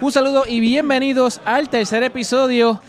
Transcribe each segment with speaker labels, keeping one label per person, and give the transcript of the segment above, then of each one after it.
Speaker 1: Un saludo y bienvenidos al tercer episodio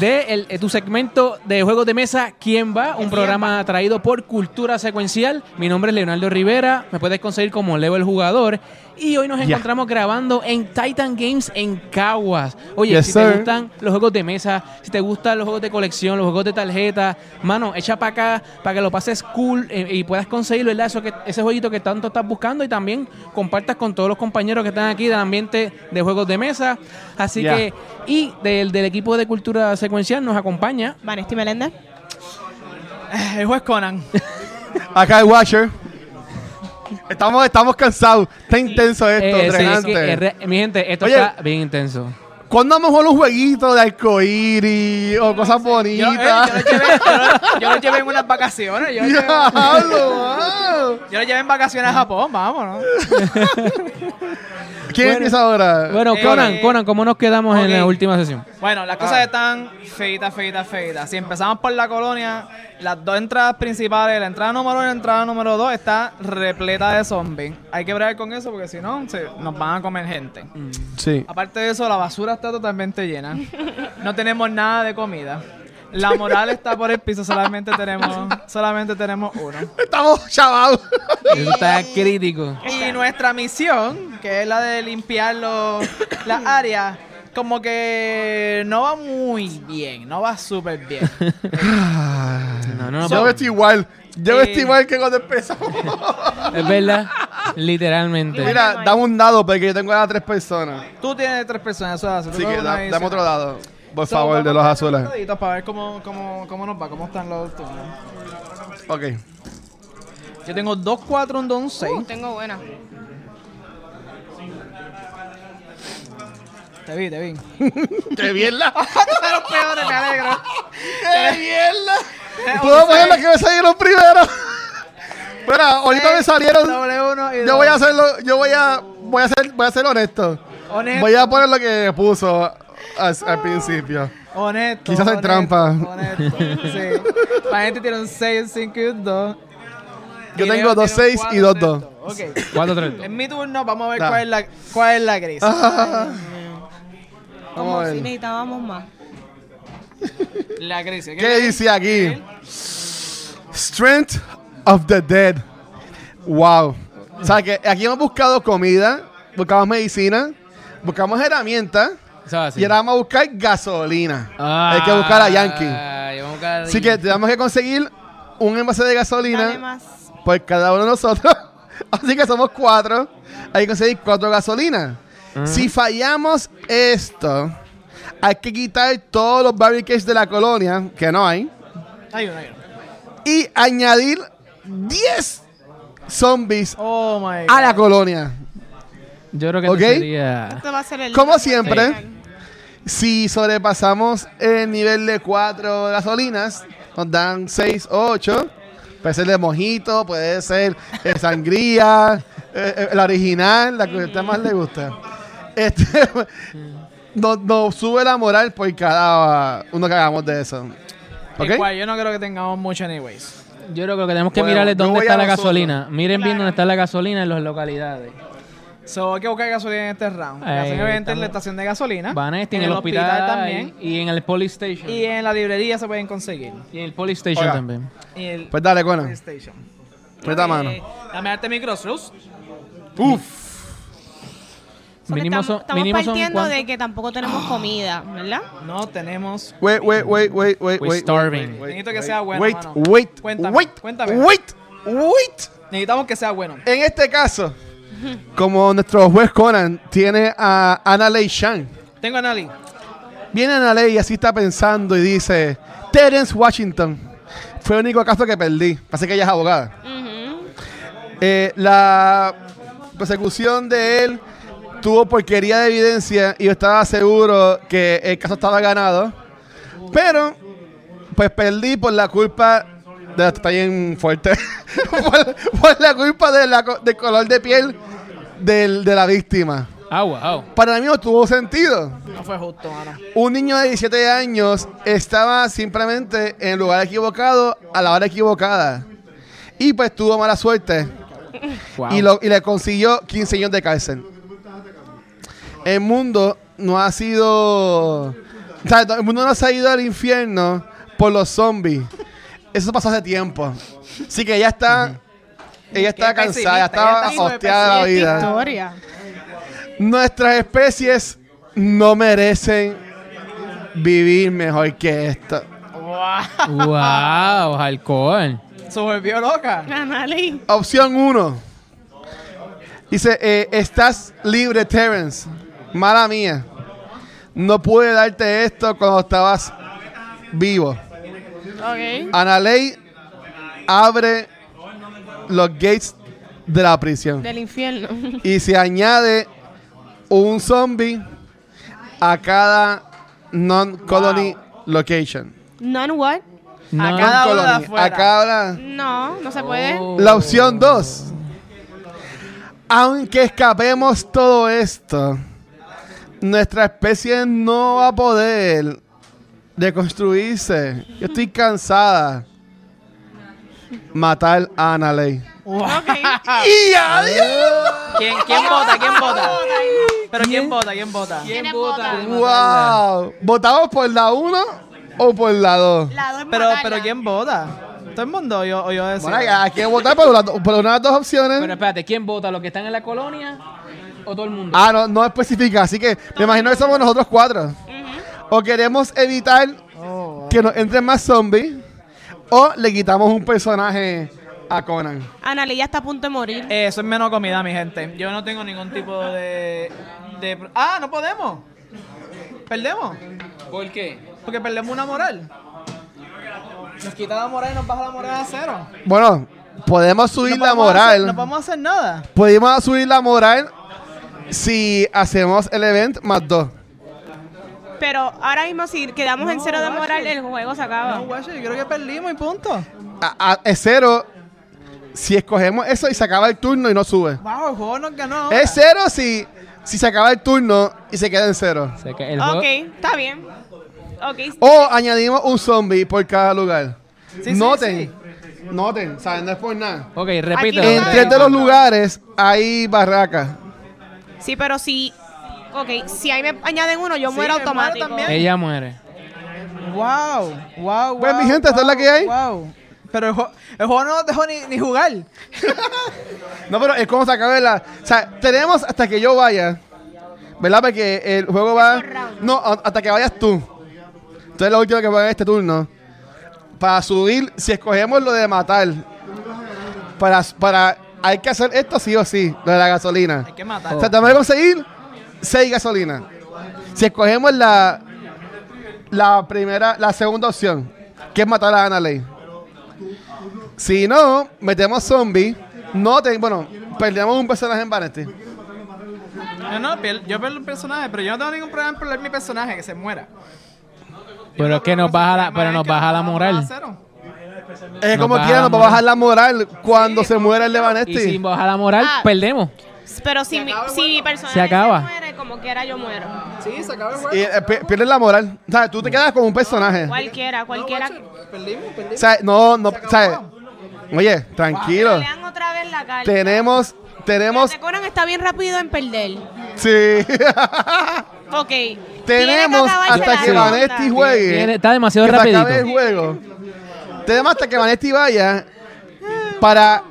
Speaker 1: de el- eh, tu segmento de juegos de mesa ¿Quién va? Un programa traído por Cultura Secuencial. Mi nombre es Leonardo Rivera. Me puedes conseguir como Leo el Jugador. Y hoy nos encontramos grabando en Titan Games en Caguas. Oye,
Speaker 2: Yes,
Speaker 1: si te
Speaker 2: sir.
Speaker 1: gustan los juegos de mesa, si te gustan los juegos de colección, los juegos de tarjeta, mano, echa para acá para que lo pases cool eh, y puedas conseguir, ¿verdad? Eso que, ese jueguito que tanto estás buscando y también compartas con todos los compañeros que están aquí del ambiente de juegos de mesa. Así
Speaker 2: Yeah.
Speaker 1: que, y del, del equipo de cultura secuencial nos acompaña.
Speaker 3: Vanesti Meléndez.
Speaker 4: Eh, El juez Conan.
Speaker 2: Acá el Watcher. Estamos, estamos cansados. Está intenso esto,
Speaker 1: Eh, sí,
Speaker 2: drenante.
Speaker 1: es que, eh, re- mi gente, esto
Speaker 2: Oye.
Speaker 1: está bien intenso.
Speaker 2: ¿Cuándo vamos a jugar un jueguito de arcoíris o cosas
Speaker 4: Yo, eh,
Speaker 2: bonitas?
Speaker 4: yo lo llevé, yo lo- yo lo llevé en unas vacaciones. Yo lo, llevé,
Speaker 2: Diablo, wow.
Speaker 4: yo lo llevé en vacaciones a Japón, vámonos.
Speaker 2: ¿Quién empieza ahora?
Speaker 1: Bueno,
Speaker 4: Eh,
Speaker 1: Conan, Conan, ¿cómo nos quedamos en la
Speaker 4: ok.
Speaker 1: última sesión?
Speaker 4: Bueno, las cosas están feitas, feitas, feitas. Si empezamos por la colonia, las dos entradas principales, la entrada número uno y la entrada número dos, está repleta de zombies. Hay que bregar con eso porque si no, se- nos van a comer gente.
Speaker 2: sí.
Speaker 4: Aparte de eso, la basura está totalmente llena. No tenemos nada de comida. La moral está por el piso, solamente tenemos, solamente tenemos uno.
Speaker 2: Estamos chavados.
Speaker 1: Eso está crítico.
Speaker 4: Y nuestra misión, que es la de limpiar los- las áreas, como que no va muy bien, no va súper bien.
Speaker 1: No, no, no,
Speaker 2: yo
Speaker 1: pero-
Speaker 2: vestí igual. Yo
Speaker 4: Eh.
Speaker 2: vestí igual que cuando empezamos.
Speaker 1: Es verdad, literalmente.
Speaker 2: Mira, dame un dado porque yo tengo a tres personas.
Speaker 4: Tú tienes tres personas, eso es azul.
Speaker 2: Así
Speaker 4: tú
Speaker 2: que
Speaker 4: una
Speaker 2: da-
Speaker 4: adicional.
Speaker 2: dame otro dado. Por
Speaker 4: So,
Speaker 2: favor,
Speaker 4: vamos
Speaker 2: de
Speaker 4: a
Speaker 2: los
Speaker 4: dar
Speaker 2: azules.
Speaker 4: unos daditos Para ver cómo, cómo, cómo nos va, cómo están los turnos.
Speaker 2: Ok.
Speaker 4: Eh, Yo tengo dos, cuatro, un dos, un seis.
Speaker 3: Uh, tengo buena.
Speaker 4: Te vi, te vi.
Speaker 2: ¡Qué mierda!
Speaker 4: Pero peor, me alegro.
Speaker 2: ¡Qué mierda! ¿Puedo poner las que me salieron primero? Espera,
Speaker 4: Eh,
Speaker 2: ahorita me salieron.
Speaker 4: W1 y
Speaker 2: Yo voy a hacerlo, yo voy a, voy a ser, voy a ser honesto.
Speaker 4: Honesto.
Speaker 2: Voy a poner lo que puso al, al principio.
Speaker 4: Honesto.
Speaker 2: Quizás hay
Speaker 4: honesto,
Speaker 2: trampa.
Speaker 4: Honesto. Sí. Para gente tiene un 6, 5 y un 2.
Speaker 2: Yo tengo dos seis y dos dos.
Speaker 4: Ok.
Speaker 1: Cuatro, tres, dos.
Speaker 4: En mi turno vamos a ver
Speaker 2: Da.
Speaker 4: cuál es la, cuál es la gris.
Speaker 2: Ah, Vamos
Speaker 3: Como
Speaker 2: a
Speaker 3: si
Speaker 2: ver.
Speaker 3: necesitábamos más.
Speaker 4: La gris. ¿ok?
Speaker 2: ¿Qué dice aquí? Strength of the Dead. Wow. O sea que aquí hemos buscado comida, buscamos medicina, buscamos herramientas
Speaker 1: Eso es así.
Speaker 2: y ahora vamos a buscar gasolina.
Speaker 1: Ah,
Speaker 2: Hay que buscar a Yankee.
Speaker 3: Ah.
Speaker 1: ay, vamos a buscar a
Speaker 2: Así que
Speaker 1: Yankee.
Speaker 2: tenemos que conseguir un envase de
Speaker 3: Dame
Speaker 2: gasolina
Speaker 3: más.
Speaker 2: por Pues cada uno de nosotros. Así que somos cuatro. Hay que conseguir cuatro gasolinas. Si fallamos esto, hay que quitar todos los barricades de la colonia, que no hay,
Speaker 4: Hay uno, hay uno.
Speaker 2: y añadir 10 zombies
Speaker 4: Oh my
Speaker 2: a la colonia.
Speaker 1: Yo creo que
Speaker 2: Ok.
Speaker 1: esto sería.
Speaker 3: Esto va a ser el.
Speaker 2: Como siempre, si sobrepasamos el nivel de 4 gasolinas, nos dan 6 o 8. Puede ser de mojito, puede ser eh, sangría, eh, eh, la original, la que a usted más le gusta. Este, nos, nos sube la moral por cada uno que hagamos de eso. ¿Ok?
Speaker 4: El cual yo no creo que tengamos mucho anyways.
Speaker 1: Yo creo que lo que tenemos que
Speaker 2: Bueno,
Speaker 1: mirar es
Speaker 2: yo
Speaker 1: dónde
Speaker 2: voy
Speaker 1: está
Speaker 2: a
Speaker 1: la
Speaker 2: nosotros.
Speaker 1: gasolina. Miren bien dónde está la gasolina en las localidades.
Speaker 4: So, hay que buscar gasolina en este round.
Speaker 1: Eh,
Speaker 4: Gasolina, obviamente en
Speaker 1: estamos-
Speaker 4: la estación de gasolina.
Speaker 1: Vanesti en, el hospital, también. Y, en el police station.
Speaker 4: Y en la librería se pueden conseguir.
Speaker 1: Y en el police station
Speaker 2: Oiga.
Speaker 1: también.
Speaker 4: Y el
Speaker 2: Pues dale, Conan.
Speaker 4: station.
Speaker 2: Meta mano.
Speaker 4: Eh, dame arte microsus.
Speaker 2: Uf.
Speaker 1: Mínimo
Speaker 3: Mínimos
Speaker 1: son-
Speaker 3: estamos, estamos
Speaker 1: mínimo son
Speaker 3: partiendo
Speaker 1: cuánto?
Speaker 3: de que tampoco tenemos comida, ¿verdad?
Speaker 4: No tenemos.
Speaker 2: Wait, wait, wait, wait, wait,
Speaker 1: We're
Speaker 2: wait.
Speaker 1: starving.
Speaker 2: wait,
Speaker 4: Necesito que
Speaker 2: wait,
Speaker 4: sea bueno,
Speaker 2: Wait,
Speaker 4: mano.
Speaker 2: wait,
Speaker 4: Cuéntame,
Speaker 2: wait,
Speaker 4: cuéntame.
Speaker 2: wait, wait.
Speaker 4: Necesitamos que sea bueno.
Speaker 2: En este caso, como nuestro juez Conan tiene a Analei Shang,
Speaker 4: Tengo a Nali.
Speaker 2: viene Analei y así está pensando y dice, Terence Washington, fue el único caso que perdí, pasa que ella es abogada. Eh, la persecución de él tuvo porquería de evidencia y yo estaba seguro que el caso estaba ganado, pero pues perdí por la culpa de está bien fuerte por, por la culpa de la co- del color de piel del- de la víctima.
Speaker 1: Agua, agua.
Speaker 2: Para mí no tuvo sentido.
Speaker 4: No fue justo, mano.
Speaker 2: Un niño de 17 años estaba simplemente en el lugar equivocado a la hora equivocada. Y pues tuvo mala suerte.
Speaker 1: Wow.
Speaker 2: Y, lo- y le consiguió 15 años de cárcel. El mundo no ha sido. O sea, todo el mundo no se ha ido al infierno por los zombies. Eso pasó hace tiempo. Así que ella está. Ella está
Speaker 4: Qué
Speaker 2: cansada, ella
Speaker 4: pesimista, ella
Speaker 2: está
Speaker 4: está súper
Speaker 2: hosteada de la
Speaker 3: Esta
Speaker 2: vida.
Speaker 3: historia.
Speaker 2: Nuestras especies no merecen vivir mejor que esto.
Speaker 1: ¡Wow! Alcohol.
Speaker 4: Se volvió loca.
Speaker 3: Ah, Anali.
Speaker 2: Opción 1. Dice, eh, estás libre, Terence. Mala mía. No pude darte esto cuando estabas vivo.
Speaker 3: Ok.
Speaker 2: Analey abre los gates de la prisión.
Speaker 3: Del infierno.
Speaker 2: Y se añade un zombie a cada non-colony location.
Speaker 3: None what?
Speaker 1: No.
Speaker 4: Acá- Cada una de
Speaker 2: Non-colony.
Speaker 4: afuera.
Speaker 2: A cada
Speaker 3: No, no se puede.
Speaker 1: Oh.
Speaker 2: La opción 2. Aunque escapemos todo esto, nuestra especie no va a poder deconstruirse. Yo estoy cansada. Matar a Analey.
Speaker 3: Ok.
Speaker 4: Ah.
Speaker 2: ¡Y adiós!
Speaker 4: ¿Quién, quién vota? ¿Quién vota? Pero ¿quién vota? ¿Quién vota?
Speaker 3: ¿Quiénes votan?
Speaker 2: ¡Wow! ¿Votamos por la 1 o por la 2?
Speaker 3: La dos es
Speaker 4: Pero,
Speaker 3: matarla.
Speaker 4: pero ¿quién vota? ¿Todo el mundo o yo, o yo decido?
Speaker 2: Bueno, hay que votar por, las do- por una de las dos
Speaker 1: Pero
Speaker 2: opciones.
Speaker 1: espérate, ¿quién vota? ¿Los que están en la colonia o todo el mundo?
Speaker 2: Ah, no, no especifica, así que me imagino que somos nosotros cuatro. O queremos evitar
Speaker 4: Oh.
Speaker 2: que nos entren más zombies o le quitamos un personaje a Conan.
Speaker 3: Anali Ah, ya está a punto de morir.
Speaker 4: Eh, Eso es menos comida, mi gente. Yo no tengo ningún tipo de... de- Ah, no podemos. Perdemos.
Speaker 1: ¿Por qué?
Speaker 4: Porque perdemos una moral. Nos quita la moral y nos baja la moral a cero.
Speaker 2: Bueno, podemos subir
Speaker 4: No
Speaker 2: la
Speaker 4: podemos hacer-
Speaker 2: moral.
Speaker 4: no podemos hacer nada.
Speaker 2: Podemos subir la moral si hacemos el event más dos.
Speaker 3: Pero ahora mismo, si quedamos en
Speaker 4: No,
Speaker 3: cero de
Speaker 4: guache.
Speaker 3: moral, el juego se
Speaker 4: No,
Speaker 3: acaba.
Speaker 4: Ah, guacho, yo creo que perdimos y punto.
Speaker 2: A- a- es cero si escogemos eso y se acaba el turno y no sube.
Speaker 4: Wow, el juego nos ganó. ahora.
Speaker 2: Es cero si, si se acaba el turno y se queda en cero.
Speaker 1: Se cae el juego.
Speaker 3: Ok, está bien. Ok.
Speaker 2: O añadimos un zombie por cada lugar.
Speaker 4: Sí, sí,
Speaker 2: noten, noten, ¿saben? No es por nada.
Speaker 1: Ok, repito.
Speaker 3: Aquí
Speaker 2: En
Speaker 3: no
Speaker 2: tres de los lugares hay barracas.
Speaker 3: Sí, pero si. Ok, si ahí me añaden uno, yo
Speaker 4: Sí,
Speaker 3: muero
Speaker 4: me muero
Speaker 3: automático.
Speaker 4: también.
Speaker 1: Ella muere.
Speaker 4: Wow, wow,
Speaker 2: Pues,
Speaker 4: wow,
Speaker 2: mi gente, esta es la
Speaker 4: wow,
Speaker 2: que hay.
Speaker 4: Wow. Pero el, jue- el juego no nos dejó ni, ni jugar.
Speaker 2: No, pero es como se acabe la. O sea, tenemos hasta que yo vaya. ¿Verdad? Porque el juego va. No, a- hasta que vayas tú. Entonces, lo último que va en este turno. Para subir, si escogemos lo de matar. Para. para hay que hacer esto sí o sí, lo de la gasolina.
Speaker 4: Hay que matar.
Speaker 1: Oh.
Speaker 2: O sea, tenemos que conseguir 6 gasolinas. Si escogemos la. La primera. La segunda opción, que es matar a Ana Ley. Si no, metemos zombies. No te, bueno, perdemos un personaje en Vanity.
Speaker 4: No, no, pier- yo pierdo el personaje, pero yo no tengo ningún problema en perder mi personaje, que se muera.
Speaker 1: Pero es que nos baja la, pero nos baja la moral.
Speaker 2: Es
Speaker 1: Nos
Speaker 2: como
Speaker 1: baja
Speaker 2: quiera,
Speaker 1: la
Speaker 2: nos va
Speaker 1: moral.
Speaker 2: a bajar la moral cuando se muera el de
Speaker 1: Y si
Speaker 2: Vanetti.
Speaker 1: baja la moral,
Speaker 3: Ah.
Speaker 1: perdemos.
Speaker 3: Pero si mi, si mi personaje
Speaker 1: Se acaba.
Speaker 3: muere, como quiera yo muero.
Speaker 4: Sí, se acaba el
Speaker 2: Y, eh, pi- pierdes la moral. O sea, tú te quedas con un personaje.
Speaker 3: Cualquiera, cualquiera.
Speaker 4: Perdimos,
Speaker 2: O
Speaker 4: perdimos.
Speaker 2: sea, no, no, o sea, Oye, tranquilo.
Speaker 3: Lean otra vez la carta.
Speaker 2: Tenemos, tenemos,
Speaker 3: Espérate, Conan está bien rápido en perder.
Speaker 2: sí.
Speaker 3: Ok. Tiene
Speaker 2: tenemos
Speaker 3: acabarse la
Speaker 2: hasta que este
Speaker 3: ronda.
Speaker 2: Vanetti juegue.
Speaker 1: Tiene- está demasiado
Speaker 2: que se acabe el
Speaker 1: rapidito.
Speaker 2: juego. Tenemos hasta que Vanetti vaya para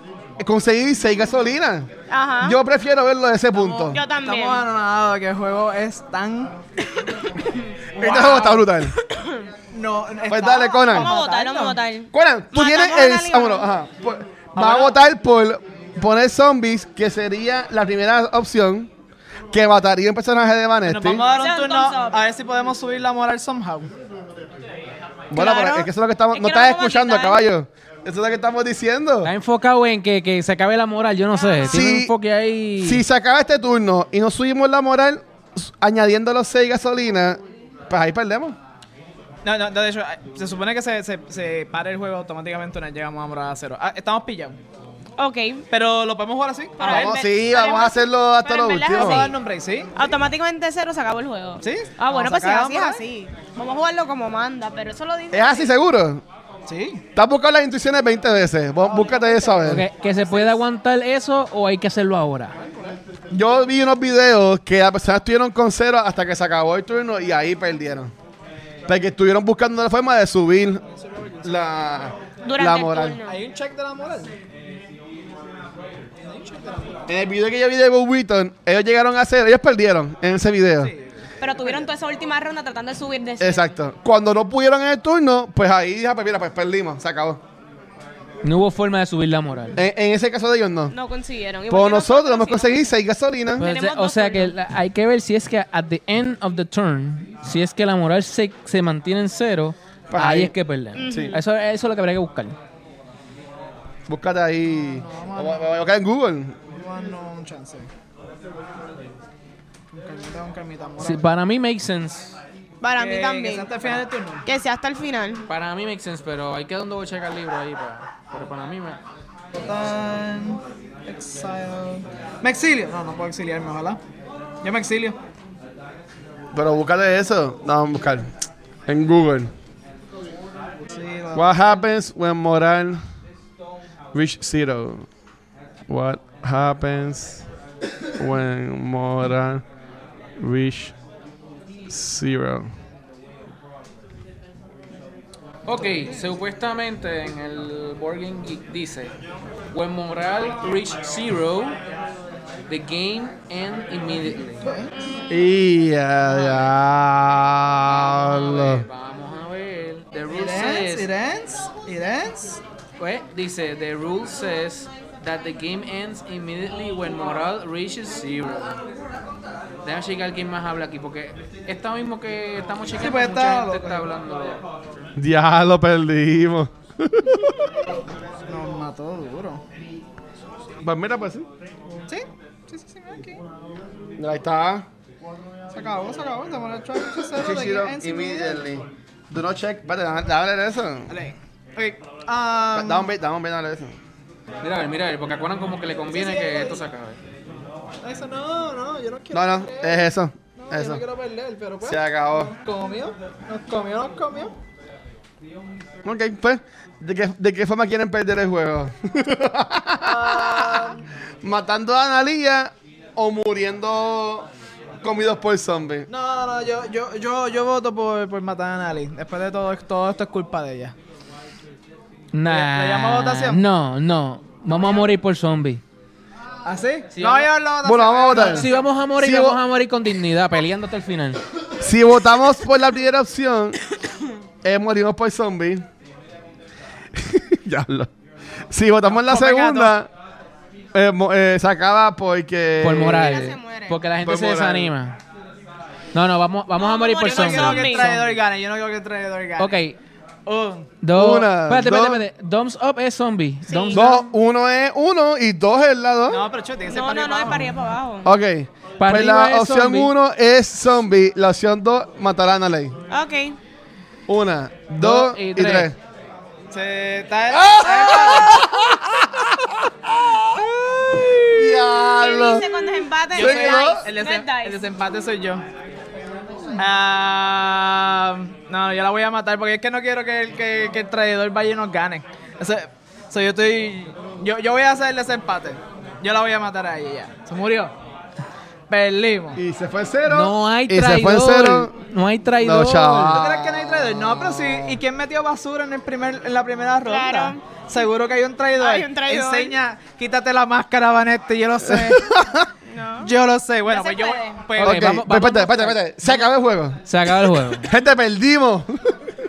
Speaker 2: conseguir 6 gasolinas.
Speaker 3: Ajá. Yo,
Speaker 2: Yo prefiero verlo de ese punto.
Speaker 3: también.
Speaker 4: Estamos anonadados que el juego es tan...
Speaker 2: Este juego está brutal.
Speaker 4: No,
Speaker 2: Pues dale, Conan.
Speaker 3: Vamos a votar, vamos a votar.
Speaker 2: Conan, tú
Speaker 3: Matamos
Speaker 2: tienes
Speaker 3: a
Speaker 2: el.
Speaker 3: Nali,
Speaker 2: ah, bueno,
Speaker 3: ¿no?
Speaker 2: ajá. Por- Va a votar por poner zombies, que sería la primera opción que mataría un personaje de
Speaker 4: Nos
Speaker 2: Vanetti.
Speaker 4: vamos a dar un
Speaker 3: Hacer un
Speaker 4: turno
Speaker 3: thumbs up.
Speaker 4: a ver si podemos subir la moral somehow.
Speaker 2: Bueno,
Speaker 3: Claro.
Speaker 2: pero es que eso es lo que estamos.
Speaker 3: Es
Speaker 2: no
Speaker 3: que no vamos
Speaker 2: estás
Speaker 3: a
Speaker 2: escuchando,
Speaker 3: quitar.
Speaker 2: caballo. Eso es lo que estamos diciendo.
Speaker 1: Está enfocado en que, que se acabe la moral, yo no sé. Tiene un enfoque ahí.
Speaker 2: si se acaba este turno y no subimos la moral s- añadiendo los 6 gasolinas, pues ahí perdemos.
Speaker 4: No, no, de hecho, eh, se supone que se, se, se para el juego automáticamente nos llegamos a moral a cero. Ah, estamos pillados.
Speaker 3: Ok.
Speaker 4: Pero lo podemos jugar así.
Speaker 3: Pero
Speaker 4: A ver.
Speaker 2: Vamos,
Speaker 3: en
Speaker 2: sí,
Speaker 3: ver-
Speaker 2: vamos a hacerlo hasta
Speaker 3: pero
Speaker 2: lo
Speaker 3: en verdad es
Speaker 2: último.
Speaker 4: Vamos a
Speaker 3: así.
Speaker 4: darle un break, ¿sí?
Speaker 3: Automáticamente cero se acabó el juego.
Speaker 4: Sí.
Speaker 3: Ah, bueno,
Speaker 4: Vamos
Speaker 3: pues
Speaker 4: a
Speaker 3: si es
Speaker 4: sacar
Speaker 3: así es
Speaker 4: la
Speaker 3: así. Vamos a jugarlo como manda, pero eso lo dice.
Speaker 2: ¿Es así seguro?
Speaker 4: Sí.
Speaker 2: Estás buscando las intuiciones 20 veces. Bú- Búscate de saber.
Speaker 1: Ok, que se puede aguantar eso o hay que hacerlo ahora.
Speaker 2: Yo vi unos videos que las personas estuvieron con cero hasta que se acabó el turno y ahí perdieron. Porque estuvieron buscando la forma de subir la,
Speaker 3: Durante
Speaker 2: la
Speaker 3: el
Speaker 2: moral.
Speaker 3: turno.
Speaker 4: Hay un check de la moral.
Speaker 2: En el video que yo vi de Will Wheaton, ellos llegaron a cero, ellos perdieron en ese video.
Speaker 3: Pero tuvieron toda esa última ronda tratando de subir
Speaker 2: eh,
Speaker 3: de
Speaker 2: Exacto. Cuando no pudieron en el turno, pues ahí dije, pues mira, pues perdimos, se acabó.
Speaker 1: No hubo forma de subir la moral.
Speaker 2: En, en ese caso de ellos no.
Speaker 3: No consiguieron. Igual
Speaker 2: Por
Speaker 3: que
Speaker 2: nosotros hemos
Speaker 3: sí.
Speaker 2: conseguido seis gasolinas.
Speaker 1: Pues,
Speaker 3: Tenemos
Speaker 1: o
Speaker 3: dos
Speaker 1: sea que
Speaker 3: turnos.
Speaker 1: la- hay que ver si es que at the end of the turn, si es que la moral se, se mantiene en cero,
Speaker 2: Pues
Speaker 1: ahí,
Speaker 2: ahí.
Speaker 1: es que perden.
Speaker 2: Sí.
Speaker 1: Eso, eso es lo que habría que buscar.
Speaker 2: Búscate ahí. O, o- o acá en Google.
Speaker 4: Juan no un chance. Un calmita, un calmita. moral.
Speaker 1: Sí, para mí make sense.
Speaker 3: Para
Speaker 4: Que-
Speaker 3: mí
Speaker 4: que
Speaker 3: también.
Speaker 4: sea hasta el final del turno.
Speaker 3: Que sea hasta el final.
Speaker 1: Para mí make sense, pero hay que donde voy a checar el libro ahí. pero para mí
Speaker 4: Tan, exile. Me exilio. No, no puedo exiliarme, ojalá. Yo me exilio.
Speaker 2: Pero búscate eso. No, vamos a buscar. En Google.
Speaker 4: Sí, la-
Speaker 2: What happens when moral reach zero? What happens when moral reach zero?
Speaker 1: Ok, supuestamente en el Board Game Geek dice: When moral reach zero, the game ends immediately.
Speaker 2: Y ya, diablo.
Speaker 1: Vamos a ver. The
Speaker 4: It
Speaker 1: rule
Speaker 4: ends, it
Speaker 1: says.
Speaker 4: ends, it ends.
Speaker 1: Pues, dice, the rule says that the game ends immediately when moral reaches zero. Déjame checar quién más habla aquí, porque esta mismo que estamos checando,
Speaker 4: pues,
Speaker 1: mucha
Speaker 4: está
Speaker 1: gente
Speaker 4: loco.
Speaker 1: está hablando.
Speaker 2: Ya lo perdimos.
Speaker 4: Nos mató duro.
Speaker 2: Pues mira, pues sí.
Speaker 4: Sí, sí, sí, sí, mira aquí.
Speaker 2: Ahí está.
Speaker 4: Se acabó, se acabó. Se van a echar un cero de
Speaker 2: Reach
Speaker 4: aquí
Speaker 2: zero
Speaker 4: en sí mismo.
Speaker 2: immediately. Do not check. Espérate, dame- dame leer eso.
Speaker 4: Dale. Ok, um,
Speaker 2: Dame un bit, dame un bit, dame leer eso.
Speaker 1: Mira, a ver, mira, a ver, porque acuerdan como que le conviene que esto se acabe.
Speaker 4: Eso no, no, yo no quiero
Speaker 2: No, no, es
Speaker 4: perder.
Speaker 2: eso.
Speaker 4: No, yo
Speaker 2: Eso.
Speaker 4: no quiero perder, pero pues.
Speaker 2: Se acabó.
Speaker 4: Nos comió, nos comió, nos comió.
Speaker 2: Ok, pues, ¿de qué, de qué forma quieren perder el juego?
Speaker 4: Ah.
Speaker 2: ¿Matando a Analia o muriendo comidos por zombies?
Speaker 4: No, no, yo, yo, yo, yo voto por, por matar a Nali. Después de todo, todo esto es culpa de ella. ¿Le- le llamo a votación?
Speaker 1: No, no. Vamos a morir por zombies.
Speaker 4: ¿Ah, sí?
Speaker 1: Sí,
Speaker 4: no,
Speaker 1: vamos-
Speaker 4: yo lo voto.
Speaker 2: Bueno, vamos a votar.
Speaker 1: Si vamos a morir,
Speaker 2: Si
Speaker 1: vamos
Speaker 2: vo-
Speaker 1: a morir con dignidad, peleando hasta el final.
Speaker 2: Si votamos por la primera opción, eh, morimos por zombies. ya lo. Si votamos la
Speaker 4: Come
Speaker 2: segunda, eh, mo- eh, se acaba porque...
Speaker 1: Por
Speaker 3: Mira, se
Speaker 1: moral.
Speaker 3: muere.
Speaker 1: Porque la gente
Speaker 2: Por
Speaker 1: se
Speaker 2: moral.
Speaker 1: desanima. No, no, vamos, vamos a
Speaker 3: No,
Speaker 1: morir por
Speaker 3: morir por
Speaker 4: Yo no quiero que el
Speaker 1: zombies.
Speaker 3: zombies.
Speaker 4: traidor gane, yo no quiero que el traidor gane.
Speaker 1: Ok,
Speaker 4: Un.
Speaker 1: Dos.
Speaker 2: Una,
Speaker 1: espérate,
Speaker 2: dos.
Speaker 1: espérate, espérate. Thumbs up es zombie. Thumbs up.
Speaker 2: Dos, uno es uno y dos es la dos.
Speaker 4: No, pero chuti, tiene que ser
Speaker 3: No,
Speaker 4: para
Speaker 3: no, no, es
Speaker 4: abajo.
Speaker 3: para arriba para abajo.
Speaker 2: Ok.
Speaker 1: Para
Speaker 2: pues
Speaker 1: arriba
Speaker 2: la
Speaker 1: es
Speaker 2: opción
Speaker 1: zombie.
Speaker 2: 1 es zombie, la opción 2 matará a Naley.
Speaker 3: Ok.
Speaker 2: Una, dos y tres.
Speaker 4: Se está.
Speaker 2: ¡Ah!
Speaker 3: ¿Qué
Speaker 2: ¡Diablo!
Speaker 3: dice cuando se empate?
Speaker 2: Yo
Speaker 3: No
Speaker 2: creo-
Speaker 3: es dice?
Speaker 4: El,
Speaker 3: No es
Speaker 4: desem- el
Speaker 3: dice.
Speaker 4: desempate soy yo. Ah, no, yo la voy a matar porque es que no quiero que el, que, que el traidor vaya y nos gane. O sea, o sea, yo estoy. Yo, yo voy a hacer el desempate. Yo la voy a matar a ella. ya. Se murió. Perdimos.
Speaker 2: Y se fue en cero.
Speaker 1: No hay
Speaker 2: Y se fue en
Speaker 1: traidor.
Speaker 2: cero.
Speaker 1: No hay traidor.
Speaker 2: No,
Speaker 4: ¿Tú
Speaker 2: chaval.
Speaker 4: crees que no hay traidor? No, pero sí. ¿Y quién metió basura en, el primer, en la primera ronda?
Speaker 3: Claro.
Speaker 4: Seguro que hay un traidor.
Speaker 3: Hay un traidor.
Speaker 4: Enseña, quítate la máscara, Vanetti, yo lo sé.
Speaker 3: No.
Speaker 4: yo lo sé. Bueno,
Speaker 3: Ya se
Speaker 4: pues yo.
Speaker 3: puede.
Speaker 4: Pues,
Speaker 2: Ok,
Speaker 1: Ok, vamos-
Speaker 2: pues, espérate,
Speaker 1: vamos-
Speaker 2: espérate, espérate. Se acabó el juego.
Speaker 1: Se acaba el juego.
Speaker 2: Gente, perdimos.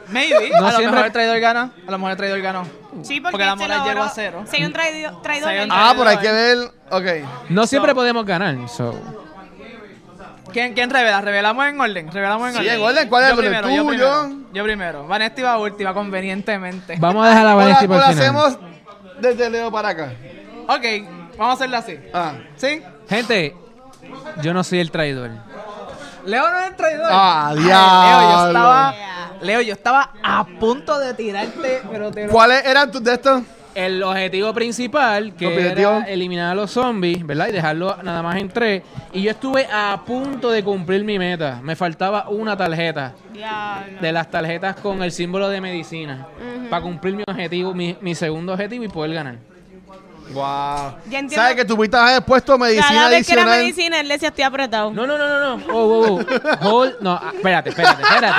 Speaker 4: Maybe.
Speaker 1: No
Speaker 4: a lo
Speaker 1: siempre-
Speaker 4: mejor el traidor gana. A lo mejor el traidor ganó.
Speaker 3: Sí, porque,
Speaker 4: Porque la
Speaker 3: se
Speaker 4: moral
Speaker 3: logró-
Speaker 4: llegó a cero.
Speaker 3: Si hay un traido- traidor,
Speaker 4: Si hay un
Speaker 3: él
Speaker 4: traidor.
Speaker 2: ah,
Speaker 3: gana.
Speaker 2: por hay que ver. Ok.
Speaker 1: No siempre podemos ganar. so.
Speaker 4: ¿Quién, quién revela? Revelamos en orden. Revelamos en
Speaker 2: Sí,
Speaker 4: orden.
Speaker 2: en orden. ¿Cuál es el
Speaker 4: Yo
Speaker 2: orden?
Speaker 4: primero, yo
Speaker 2: Tú,
Speaker 4: primero. Yo primero. Vanetti va última, convenientemente.
Speaker 1: Vamos a dejar a
Speaker 2: Ahora
Speaker 1: Vanetti por
Speaker 2: ahora
Speaker 1: el final.
Speaker 2: hacemos desde Leo para acá.
Speaker 4: Ok, vamos a hacerlo así.
Speaker 2: Ah.
Speaker 4: ¿Sí?
Speaker 1: Gente, yo no soy el traidor.
Speaker 4: Leo no es el traidor.
Speaker 2: Ah,
Speaker 4: Ay, Leo, yo
Speaker 2: diablo.
Speaker 4: estaba. Leo, yo estaba a punto de tirarte, pero te lo-
Speaker 2: ¿Cuáles eran tus de estos?
Speaker 1: El objetivo principal, que
Speaker 2: Objetivo.
Speaker 1: era eliminar a los zombies, ¿verdad? Y dejarlo nada más en tres. Y yo estuve a punto de cumplir mi meta. Me faltaba una tarjeta.
Speaker 3: Diablo.
Speaker 1: de las tarjetas con el símbolo de medicina para cumplir mi objetivo, mi, mi segundo objetivo y poder ganar.
Speaker 2: Wow.
Speaker 3: Ya entiendo.
Speaker 2: ¿Sabes que tu mitad has puesto medicina
Speaker 3: Cada vez que era
Speaker 2: adicional?
Speaker 3: medicina, él decía, estoy apretado.
Speaker 1: No, no, no, no, no. Oh, wow, wow. Hold. No, ah, espérate, espérate, espérate.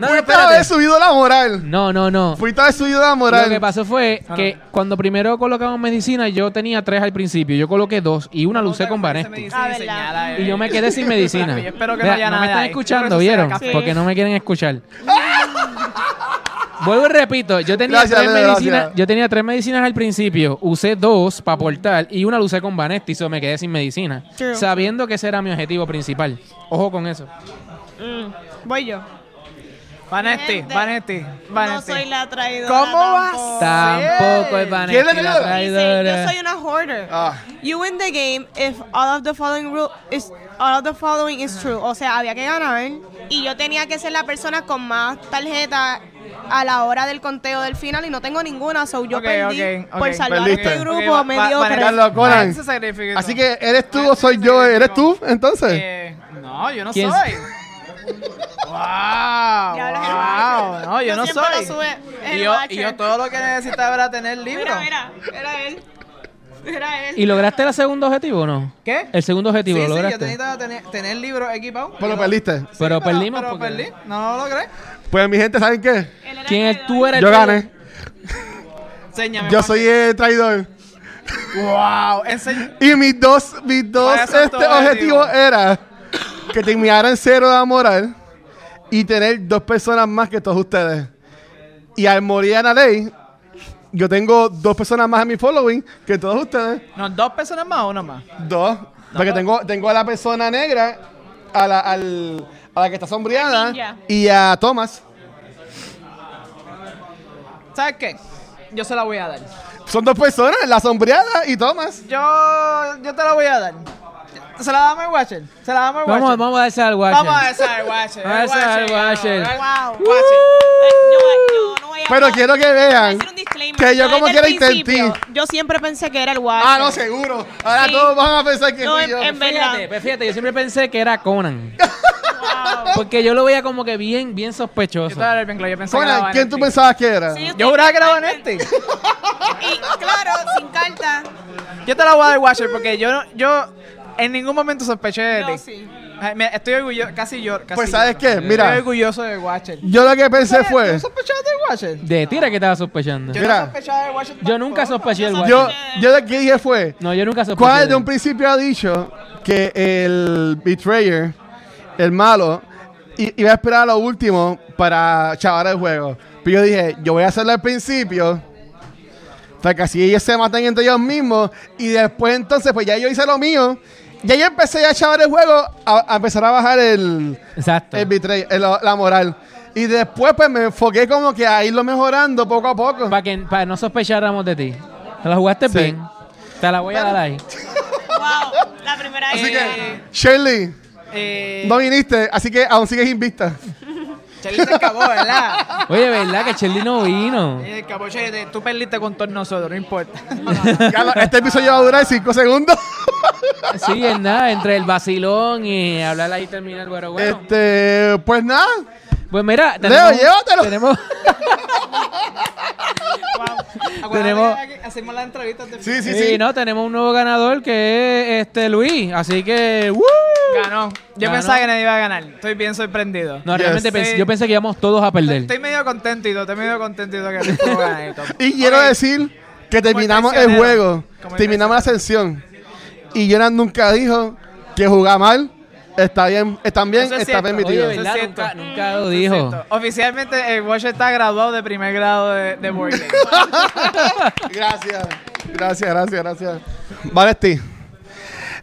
Speaker 1: No, no,
Speaker 2: Fuiste a haber
Speaker 1: espérate.
Speaker 2: subido la moral.
Speaker 1: No, no, no.
Speaker 2: Fuiste a haber subido la
Speaker 1: Lo que
Speaker 2: moral.
Speaker 1: pasó fue
Speaker 4: Ah, no.
Speaker 1: que cuando primero colocamos medicina, yo tenía tres al principio. Yo coloqué dos y una la usé con Vanesti.
Speaker 3: Ah, ¿verdad?
Speaker 1: Y yo me quedé sin medicina.
Speaker 4: Yo espero que no
Speaker 1: Vea,
Speaker 4: haya nada
Speaker 1: me están
Speaker 4: ahí.
Speaker 1: escuchando,
Speaker 4: Espero que eso sea
Speaker 1: ¿vieron?
Speaker 4: café.
Speaker 1: Porque no me quieren escuchar. Vuelvo y repito, yo tenía,
Speaker 2: Gracias,
Speaker 1: tres
Speaker 2: Leo,
Speaker 1: medicinas,
Speaker 2: gracias.
Speaker 1: yo tenía tres medicinas al principio, usé dos para aportar y una la usé con Vanesti, so me quedé sin medicina.
Speaker 3: True.
Speaker 1: Sabiendo que ese era mi objetivo principal. Ojo con eso.
Speaker 3: Mm, Voy yo.
Speaker 4: Vanetti,
Speaker 3: Gente,
Speaker 4: Vanetti,
Speaker 3: No
Speaker 4: Vanetti.
Speaker 3: soy la traidora.
Speaker 4: ¿Cómo vas?
Speaker 3: tampoco.
Speaker 1: Tampoco es Vanesti
Speaker 2: ¿Quién es la
Speaker 1: la
Speaker 2: traidora?
Speaker 3: Dice,
Speaker 1: traidora.
Speaker 3: yo soy una hoarder.
Speaker 2: Ah.
Speaker 3: You win the game if all of the following rule is all of the following is true. O sea, había que ganar y yo tenía que ser la persona con más tarjetas a la hora del conteo del final y no tengo ninguna, so yo
Speaker 4: Ok,
Speaker 3: perdí
Speaker 4: ok, ok,
Speaker 3: por salvar
Speaker 2: perdiste.
Speaker 3: a este grupo
Speaker 4: Ok, va- va-
Speaker 3: mediocre.
Speaker 4: Vanetti-
Speaker 2: Carlos Conan.
Speaker 4: Vanetti se sacrificó.
Speaker 2: Así que eh. eres tú o soy yo, eres tú, entonces.
Speaker 4: Eh, no, yo no
Speaker 1: ¿Quién-
Speaker 4: soy. wow,
Speaker 3: Diablo,
Speaker 4: wow, no, yo
Speaker 3: Yo
Speaker 4: no
Speaker 3: siempre
Speaker 4: soy.
Speaker 3: lo sube el
Speaker 4: y, yo, y
Speaker 3: Watcher.
Speaker 4: yo todo lo que necesitaba era tener libro.
Speaker 3: Mira, mira, era él. Era él.
Speaker 1: ¿Y lograste el segundo objetivo o no?
Speaker 4: ¿Qué?
Speaker 1: El segundo objetivo,
Speaker 4: sí,
Speaker 1: ¿lo
Speaker 4: sí, yo
Speaker 1: lograste?
Speaker 4: necesitaba tener, tener libros equipados.
Speaker 2: Pero
Speaker 4: Yo-
Speaker 2: Pues perdiste.
Speaker 4: Sí,
Speaker 1: Pero perdimos
Speaker 4: Pero
Speaker 1: porque-
Speaker 4: perdí, no lo logré.
Speaker 2: Pues mi gente, ¿saben qué?
Speaker 3: Él era
Speaker 1: ¿Quién
Speaker 3: el
Speaker 1: es tú? Eres
Speaker 2: Yo
Speaker 1: el-
Speaker 2: gané.
Speaker 4: Enséñame.
Speaker 2: Yo
Speaker 4: Juan.
Speaker 2: soy el traidor.
Speaker 4: Wow, enséñame.
Speaker 2: Y mis dos, mis dos
Speaker 4: Vaya, santo
Speaker 2: este, objetivos
Speaker 4: objetivo.
Speaker 2: era que terminaran cero de la moral y tener dos personas más que todos ustedes. Y al morir en la ley, yo tengo dos personas más en mi following que todos ustedes.
Speaker 4: No, dos personas más o una más.
Speaker 2: Dos. porque tengo, tengo a la persona negra, a la, al- a la que está sombreada
Speaker 3: Ninja.
Speaker 2: y a Thomas.
Speaker 4: ¿Sabes qué? Yo se la voy a dar.
Speaker 2: Son dos personas, la sombreada y Thomas.
Speaker 4: Yo, yo te la voy a dar. ¿Se la damos al Watcher? ¿Se la damos al
Speaker 1: Vamos,
Speaker 4: Watcher?
Speaker 1: vamos a darse al Watcher.
Speaker 4: Vamos a esa al Watcher.
Speaker 1: Vamos a esa al Watcher.
Speaker 3: Wow.
Speaker 4: Wow. Watcher.
Speaker 3: Ay, yo- yo no voy a-
Speaker 2: Pero quiero que
Speaker 3: Voy a
Speaker 2: vean
Speaker 3: decir un disclaimer.
Speaker 2: que yo como
Speaker 3: desde
Speaker 2: quiera
Speaker 3: el
Speaker 2: intenté.
Speaker 3: principio, Yo siempre pensé que era el Watcher.
Speaker 2: Ah, no, seguro. Ahora
Speaker 3: Sí.
Speaker 2: todos van a pensar que
Speaker 3: No,
Speaker 2: fui
Speaker 3: en-
Speaker 2: yo.
Speaker 3: en verdad.
Speaker 1: Fíjate, pues fíjate, yo siempre pensé que era Conan.
Speaker 3: Wow.
Speaker 1: Porque yo lo veía como que bien, bien
Speaker 4: Yo
Speaker 1: sospechoso.
Speaker 4: te la daré bien claro, yo pensé que
Speaker 2: Conan,
Speaker 4: era
Speaker 2: ¿quién tú
Speaker 4: Vanetti.
Speaker 2: pensabas que era?
Speaker 3: Sí,
Speaker 4: Yo juraba que era Vanetti.
Speaker 3: Y claro, sin carta.
Speaker 4: Yo te la voy a dar Watcher porque yo, no- yo en ningún momento sospeché de
Speaker 3: Yo
Speaker 4: ti.
Speaker 3: sí.
Speaker 4: Ay, me- Estoy orgulloso, casi lloro. casi
Speaker 2: Pues, ¿sabes
Speaker 4: lloro.
Speaker 2: qué? Mira.
Speaker 4: Estoy orgulloso de Watcher.
Speaker 2: Yo lo que pensé
Speaker 4: ¿Tú
Speaker 2: fue,
Speaker 4: sospechaste de Watcher?
Speaker 1: De tira que estaba sospechando.
Speaker 4: Yo
Speaker 2: Mira.
Speaker 4: no sospechaba de Watcher.
Speaker 1: Yo nunca
Speaker 4: tampoco.
Speaker 1: sospeché del
Speaker 2: yo,
Speaker 1: Watcher.
Speaker 2: yo lo que dije fue,
Speaker 1: No, yo nunca sospeché.
Speaker 2: ¿cuál
Speaker 1: de
Speaker 2: de
Speaker 1: él.
Speaker 2: un principio ha dicho que el betrayer, el malo, i- iba a esperar a lo último para chavar el juego? Pero yo dije, yo voy a hacerlo al principio, para que así ellos se maten entre ellos mismos, y después entonces, pues ya yo hice lo mío, y ahí empecé ya a chavar el juego, a- a empezar a bajar el,
Speaker 1: Exacto.
Speaker 2: El betrayal, el- la moral. Y después, pues me enfoqué como que a irlo mejorando poco a poco.
Speaker 1: Para que para no sospecháramos de ti. Te la jugaste
Speaker 2: Sí.
Speaker 1: bien. Te la voy a dar ahí.
Speaker 3: Wow. La primera
Speaker 2: Así que,
Speaker 3: vez.
Speaker 2: Shirley,
Speaker 4: Eh,
Speaker 2: no viniste, así que aún sigues invicta.
Speaker 4: Charlie se acabó, ¿verdad?
Speaker 1: Oye, ¿verdad que Chelly no vino?
Speaker 4: Eh, Capo, che, tú perdiste con todos nosotros, no importa.
Speaker 2: Carlos, este episodio va a durar 5 segundos.
Speaker 1: Sí, es nada, entre el vacilón y hablar ahí terminar, pero bueno.
Speaker 2: Este, pues nada.
Speaker 1: Pues mira,
Speaker 2: llévatelo.
Speaker 1: Tenemos,
Speaker 4: Acuérdate
Speaker 1: Tenemos-
Speaker 4: que aquí hacemos las entrevistas de
Speaker 2: Sí, sí,
Speaker 1: sí,
Speaker 2: sí.
Speaker 1: no, tenemos un nuevo ganador que es este Luis. Así que, ¡woo!
Speaker 4: Ganó. Yo
Speaker 1: Ganó.
Speaker 4: pensaba que nadie iba a ganar. Estoy bien sorprendido.
Speaker 1: No,
Speaker 2: Yes.
Speaker 1: realmente pensé-
Speaker 4: Sí.
Speaker 1: yo pensé que íbamos todos a perder.
Speaker 4: Estoy medio contentito, estoy medio contentito que no puedo ganar y todo.
Speaker 2: Y quiero
Speaker 4: Ok,
Speaker 2: decir que terminamos el
Speaker 4: traicionero.
Speaker 2: juego,
Speaker 4: Como el
Speaker 2: terminamos la sesión. Y Jonan nunca dijo que jugar mal está bien, están bien,
Speaker 4: Eso es
Speaker 2: está
Speaker 4: cierto.
Speaker 1: Oye,
Speaker 2: permitido.
Speaker 4: Eso es
Speaker 1: ¿verdad?
Speaker 4: cierto.
Speaker 1: Nunca, nunca lo
Speaker 4: eso es
Speaker 1: dijo.
Speaker 4: cierto. Oficialmente, el Watcher está graduado de primer grado de, de board game.
Speaker 2: Gracias, gracias, gracias, gracias. Vale, Steve.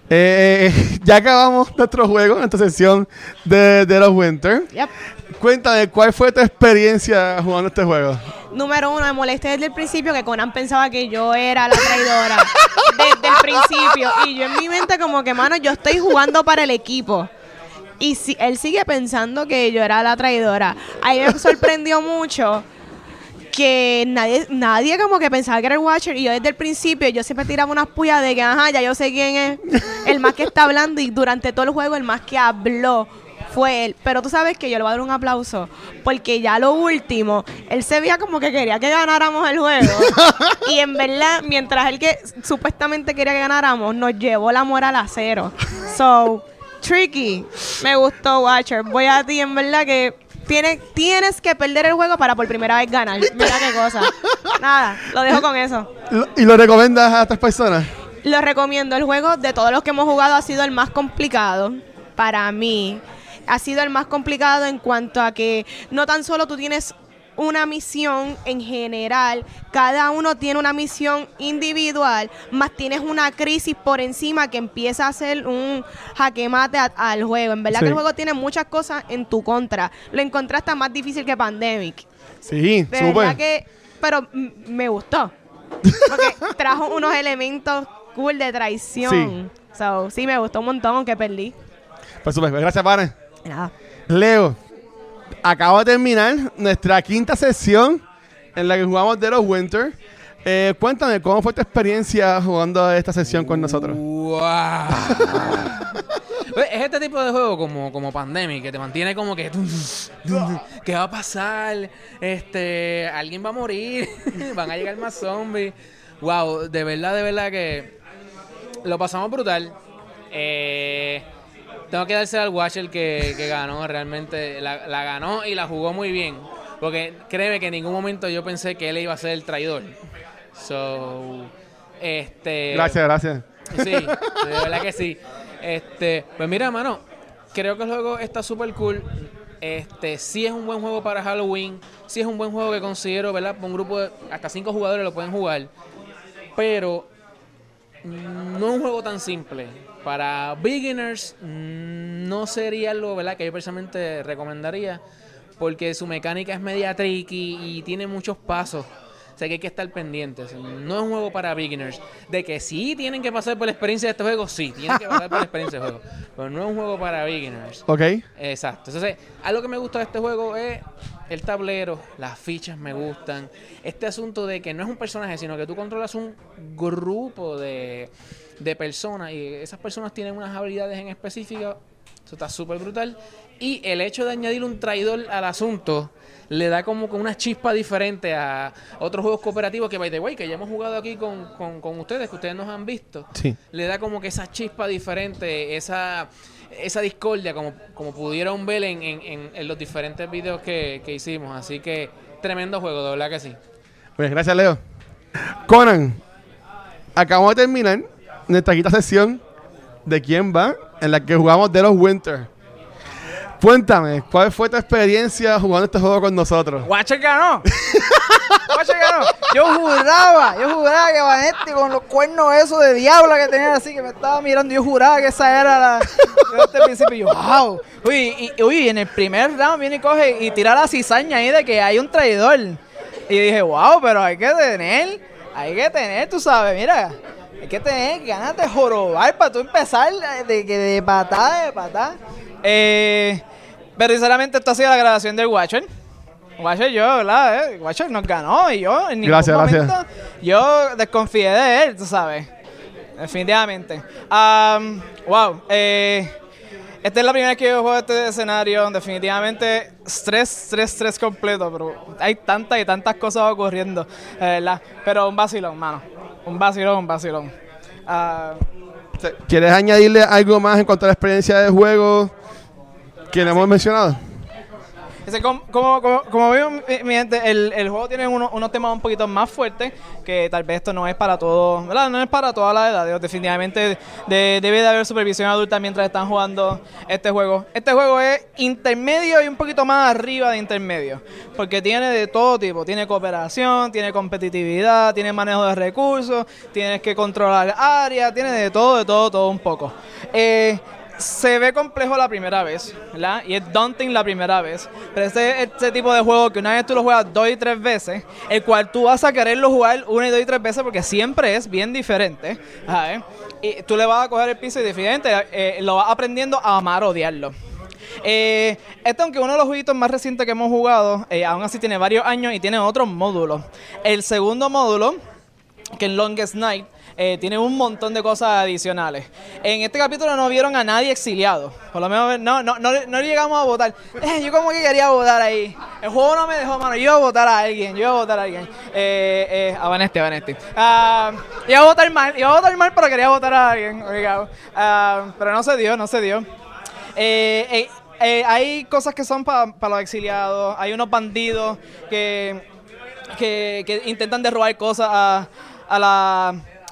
Speaker 2: Eh, ya acabamos nuestro juego, nuestra sesión de, de los Winter.
Speaker 3: Yep.
Speaker 2: Cuéntame, ¿cuál fue tu experiencia jugando este juego?
Speaker 3: Número uno, me molesté desde el principio que Conan pensaba que yo era la traidora. desde el principio. Y yo en mi mente como que, mano, yo estoy jugando para el equipo. Y si, él sigue pensando que yo era la traidora. Ahí me sorprendió mucho que nadie, nadie como que pensaba que era el Watcher. Y yo desde el principio, yo siempre tiraba unas puyas de que, ajá, ya yo sé quién es. El más que está hablando y durante todo el juego el más que habló fue él. Pero tú sabes que yo le voy a dar un aplauso. Porque ya lo último, él se veía como que quería que ganáramos el juego. y en verdad, mientras él que supuestamente quería que ganáramos, nos llevó la moral a cero. So, tricky. Me gustó, Watcher. Voy a ti, en verdad que. Tienes, tienes que perder el juego para por primera vez ganar. Mira qué cosa. Nada, lo dejo con eso.
Speaker 2: Lo- ¿Y lo recomiendas a estas personas?
Speaker 3: Lo recomiendo. El juego de todos los que hemos jugado ha sido el más complicado para mí. Ha sido el más complicado en cuanto a que no tan solo tú tienes una misión en general, cada uno tiene una misión individual, más tienes una crisis por encima que empieza a ser un jaque mate a- al juego. En verdad
Speaker 2: Sí.
Speaker 3: que el juego tiene muchas cosas en tu contra. Lo encontraste hasta más difícil que Pandemic.
Speaker 2: Sí,
Speaker 3: De
Speaker 2: súper.
Speaker 3: verdad que. Pero m- me gustó. Porque trajo unos elementos cool de traición. So, sí, me gustó un montón, aunque perdí.
Speaker 2: Pues súper. Gracias, Pane.
Speaker 3: Nada.
Speaker 2: Leo, acabo de terminar nuestra quinta sesión en la que jugamos de los Winter. Eh, cuéntame, ¿cómo fue tu experiencia jugando esta sesión con nosotros?
Speaker 1: ¡Guau! Oye, es este tipo de juego como, como Pandemic, que te mantiene como que... tum, tum, tum, ¿Qué va a pasar? Este, alguien va a morir, van a llegar más zombies. Wow, de verdad, de verdad que lo pasamos brutal. Eh, tengo que darse al Watcher que, que ganó, realmente la, la ganó y la jugó muy bien. Porque créeme que en ningún momento yo pensé que él iba a ser el traidor. So,
Speaker 3: Eh,
Speaker 1: este...
Speaker 2: Gracias, gracias.
Speaker 1: Sí, de verdad que sí. Este, pues mira, mano, creo que el juego está súper cool. Este, sí es un buen juego para Halloween. Sí es un buen juego que considero, ¿verdad? Un grupo de hasta cinco jugadores lo pueden jugar. Pero mm, no es un juego tan simple. Para beginners mm, no sería algo, ¿verdad? Que yo personalmente recomendaría. Porque su mecánica es media tricky y tiene muchos pasos. O sea que hay que estar pendientes. No es un juego para beginners. De que sí tienen que pasar por la experiencia de este juego, sí, tienen que pasar por la experiencia del juego. Pero no es un juego para beginners.
Speaker 2: ¿Ok?
Speaker 1: Exacto. Entonces, algo que me gusta de este juego es el tablero, las fichas me gustan. Este asunto de que no es un personaje, sino que tú controlas un grupo de, de personas y esas personas tienen unas habilidades en específico. Eso está súper brutal. Y el hecho de añadir un traidor al asunto le da como que una chispa diferente a otros juegos cooperativos que, by the way, que ya hemos jugado aquí con, con- con ustedes, que ustedes nos han visto
Speaker 2: Sí.
Speaker 1: le da como que esa chispa diferente, esa, esa discordia, como, como pudieron ver en, en- en- en los diferentes videos que, que hicimos. Así que tremendo juego, de verdad que sí.
Speaker 2: Bueno, Pues gracias, Leo. Conan, acabamos de terminar nuestra quinta sesión de quién va, en la que jugamos de los Winter. Cuéntame, ¿cuál fue tu experiencia jugando este juego con nosotros?
Speaker 4: Watcher ganó. Watcher ganó. Yo juraba, yo juraba que Vanetti con los cuernos esos de diablo que tenían así, que me estaba mirando, yo juraba que esa era la. Yo desde el principio, yo, wow. Uy, y, uy, en el primer round viene y coge y tira la cizaña ahí de que hay un traidor. Y yo dije, wow, pero hay que tener, hay que tener, tú sabes, mira. Hay que tener ganas de jorobar para tú empezar eh, de, que de patada, de patada. Eh, pero sinceramente, esta ha sido la grabación del Watcher. Watcher yo, ¿verdad? Eh, Watcher nos ganó y yo en ningún
Speaker 2: Gracias,
Speaker 4: momento
Speaker 2: gracias.
Speaker 4: yo desconfié de él, tú sabes. Definitivamente. Am, wow. eh, esta es la primera vez que yo juego este escenario. Definitivamente, estrés, estrés, estrés completo. Pero hay tantas y tantas cosas ocurriendo, de ¿verdad? Pero un vacilón, mano. Un vacilón, un vacilón. Ah,
Speaker 2: ¿Quieres añadirle algo más en cuanto a la experiencia de juego que no hemos mencionado?
Speaker 4: Ese, como, como, como, como veo, mi, mi gente, el, el juego tiene uno- unos temas un poquito más fuertes, que tal vez esto no es para todos, ¿verdad? No es para toda la edad, digo, definitivamente de- debe de haber supervisión adulta mientras están jugando este juego. Este juego es intermedio y un poquito más arriba de intermedio, porque tiene de todo tipo, tiene cooperación, tiene competitividad, tiene manejo de recursos, tienes que controlar áreas, tiene de todo, de todo, todo un poco. Eh, se ve complejo la primera vez, ¿verdad? Y es daunting la primera vez. Pero ese este tipo de juego que una vez tú lo juegas dos y tres veces, el cual tú vas a quererlo jugar una y dos y tres veces porque siempre es bien diferente, ¿sabes? Y tú le vas a coger el piso y diferente, eh, lo vas aprendiendo a amar o odiarlo. Eh, este, aunque uno de los jueguitos más recientes que hemos jugado, eh, aún así tiene varios años y tiene otros módulos. El segundo módulo que en Longest Night eh, tiene un montón de cosas adicionales. En este capítulo no vieron a nadie exiliado. Por lo menos no, no, no, no llegamos a votar. Eh, yo como que quería votar ahí. El juego no me dejó, mano. Yo iba a votar a alguien, yo iba a votar a alguien. Eh, eh, a Vanesti, a Vanesti. Ah, iba a votar mal, iba a votar mal, pero quería votar a alguien. obligado. Ah, pero no se dio, no se dio. Eh, eh, eh, hay cosas que son para los exiliados, hay unos bandidos que, que, que intentan derrubar cosas a, a la,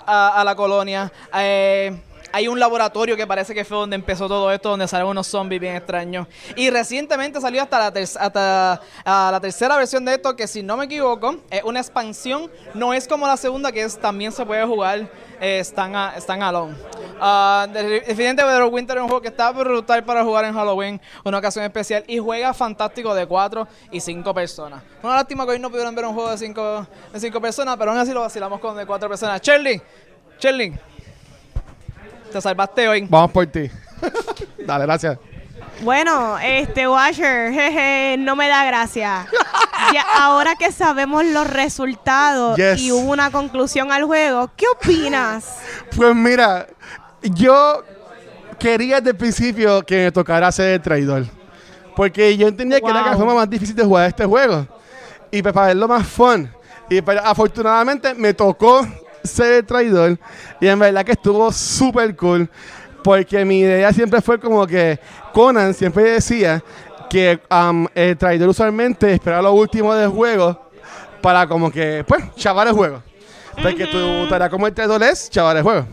Speaker 4: a, a la colonia. Eh, hay un laboratorio que parece que fue donde empezó todo esto, donde salen unos zombies bien extraños. Y recientemente salió hasta la, ter- hasta, ah, la tercera versión de esto, que si no me equivoco, es una expansión. No es como la segunda, que es, también se puede jugar eh, Stand, a- Stand Alone. Ah, de- definitivamente Winter Winter es un juego que está brutal para jugar en Halloween, una ocasión especial, y juega fantástico de 4 y 5 personas. Una lástima que hoy no pudieron ver un juego de 5 de cinco personas, pero aún así lo vacilamos con de 4 personas. Cherling, Cherling, te salvaste hoy.
Speaker 2: Vamos por ti. Dale, gracias.
Speaker 3: Bueno, este Washer, jeje, no me da gracia. Ya, ahora que sabemos los resultados
Speaker 2: Yes.
Speaker 3: y hubo una conclusión al juego, ¿qué opinas?
Speaker 2: Pues mira, yo quería desde el principio que me tocara ser el traidor. Porque yo entendía que era la
Speaker 3: Wow.
Speaker 2: forma más difícil de jugar este juego. Y pues, para verlo más fun. Y pues, afortunadamente me tocó ser el traidor. Y en verdad que estuvo súper cool. Porque mi idea siempre fue como que Conan siempre decía que am, el traidor usualmente esperaba lo último del juego para como que, pues, chavar el juego. Porque tu tarea como el traidor es chavar el juego.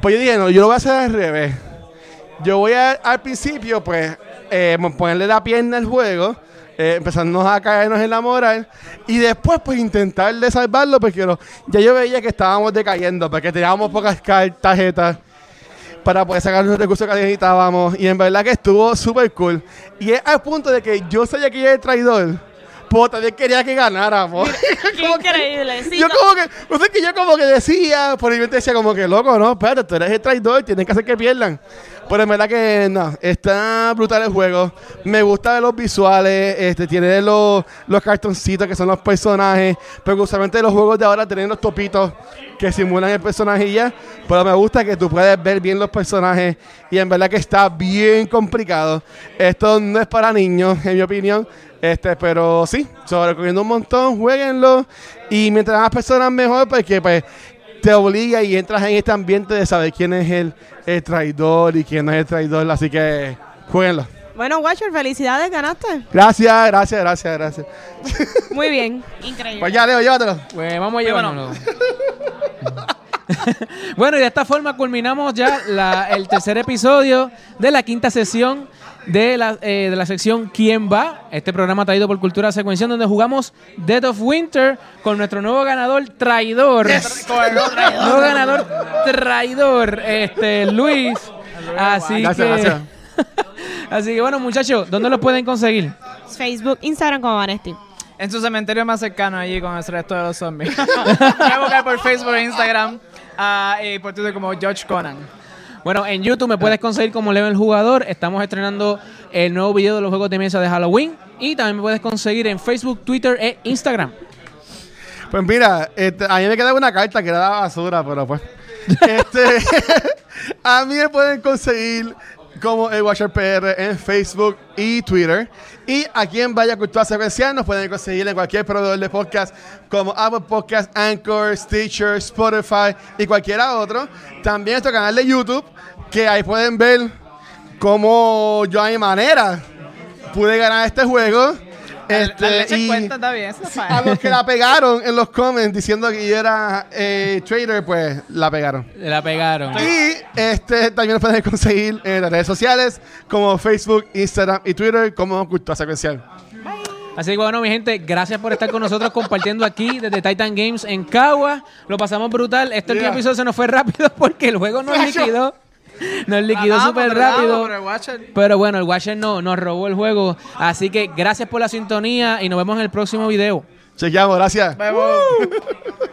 Speaker 2: Pues yo dije, no, yo lo voy a hacer al revés. Yo voy a, al principio, pues, eh, mo- ponerle la pierna al juego, eh, empezarnos a caernos en la moral, y después, pues, intentar de salvarlo, porque lo- ya yo veía que estábamos decayendo, porque teníamos pocas car- tarjetas para poder sacar los recursos que necesitábamos, y en verdad que estuvo súper cool. Y es al punto de que yo sabía que yo era el traidor, pero también quería que ganáramos. Como que-
Speaker 3: increíble.
Speaker 2: yo como que, no sé que yo como que decía, por ahí me decía como que loco, no, espérate, tú eres el traidor, tienes que hacer que pierdan. Pero en verdad que no, está brutal el juego. Me gusta ver los visuales, este, tiene los, los cartoncitos que son los personajes. Pero usualmente los juegos de ahora tienen los topitos que simulan el personaje y ya. Pero me gusta que tú puedes ver bien los personajes. Y en verdad que está bien complicado. Esto no es para niños, en mi opinión. Este, pero sí, sobre recomiendo un montón, jueguenlo. Y mientras más personas mejor, porque pues te obliga y entras en este ambiente de saber quién es el, el traidor y quién no es el traidor. Así que jueguenlo.
Speaker 3: Bueno, Washer, felicidades, ganaste.
Speaker 2: Gracias, gracias, gracias, gracias.
Speaker 3: Muy bien. Increíble.
Speaker 2: Pues ya, Leo, llévatelo.
Speaker 1: Pues vamos a llevárnoslo. bueno, y de esta forma culminamos ya la- el tercer episodio de la quinta sesión de la, eh, de la sección ¿Quién va? Este programa traído por Cultura Secuencial, donde jugamos Dead of Winter con nuestro nuevo ganador traidor. Nuevo ganador traidor, este Luis. Así
Speaker 2: Gracias,
Speaker 1: que.
Speaker 2: gracias.
Speaker 1: Así que bueno, muchachos, ¿dónde lo pueden conseguir?
Speaker 3: Facebook, Instagram como Vanesti.
Speaker 4: En su cementerio más cercano allí con el resto de los zombies. Voy a buscar por Facebook e Instagram ah, y por Twitter como George Conan.
Speaker 1: Bueno, en YouTube me puedes conseguir como Leo el Jugador. Estamos estrenando el nuevo video de los juegos de mesa de Halloween. Y también me puedes conseguir en Facebook, Twitter e Instagram.
Speaker 2: Pues mira, este, a mí me quedaba una carta que era la basura, pero pues. Este, a mí me pueden conseguir como el Watcher PR en Facebook y Twitter. Y a quien vaya a Cultura Secuencial nos pueden conseguir en cualquier proveedor de podcast como Apple Podcast, Anchor, Stitcher, Spotify y cualquiera otro. También nuestro canal de YouTube, que ahí pueden ver cómo yo a mi manera pude ganar este juego.
Speaker 4: Este,
Speaker 2: Este,
Speaker 4: la leche
Speaker 2: y- Ah,
Speaker 4: cuenta, está bien. eso es
Speaker 2: a
Speaker 4: fine.
Speaker 2: los que la pegaron en los comments diciendo que yo era eh, trader, pues la pegaron.
Speaker 1: La pegaron.
Speaker 2: Y este también lo pueden conseguir en las redes sociales como Facebook, Instagram y Twitter como Cultura Secuencial.
Speaker 1: Así que bueno, mi gente, gracias por estar con nosotros compartiendo aquí desde Titan Games en Cagua. Lo pasamos brutal. Este último
Speaker 2: Yeah.
Speaker 1: episodio se nos fue rápido porque el juego nos liquidó. Nos liquidó
Speaker 4: Tratamos,
Speaker 1: súper
Speaker 4: tratamos,
Speaker 1: rápido.
Speaker 4: pero Watcher-
Speaker 1: Pero bueno, el Watcher no, nos robó el juego. Así que gracias por la sintonía y nos vemos en el próximo video.
Speaker 2: Chequeamos, gracias.
Speaker 4: Bye, bye.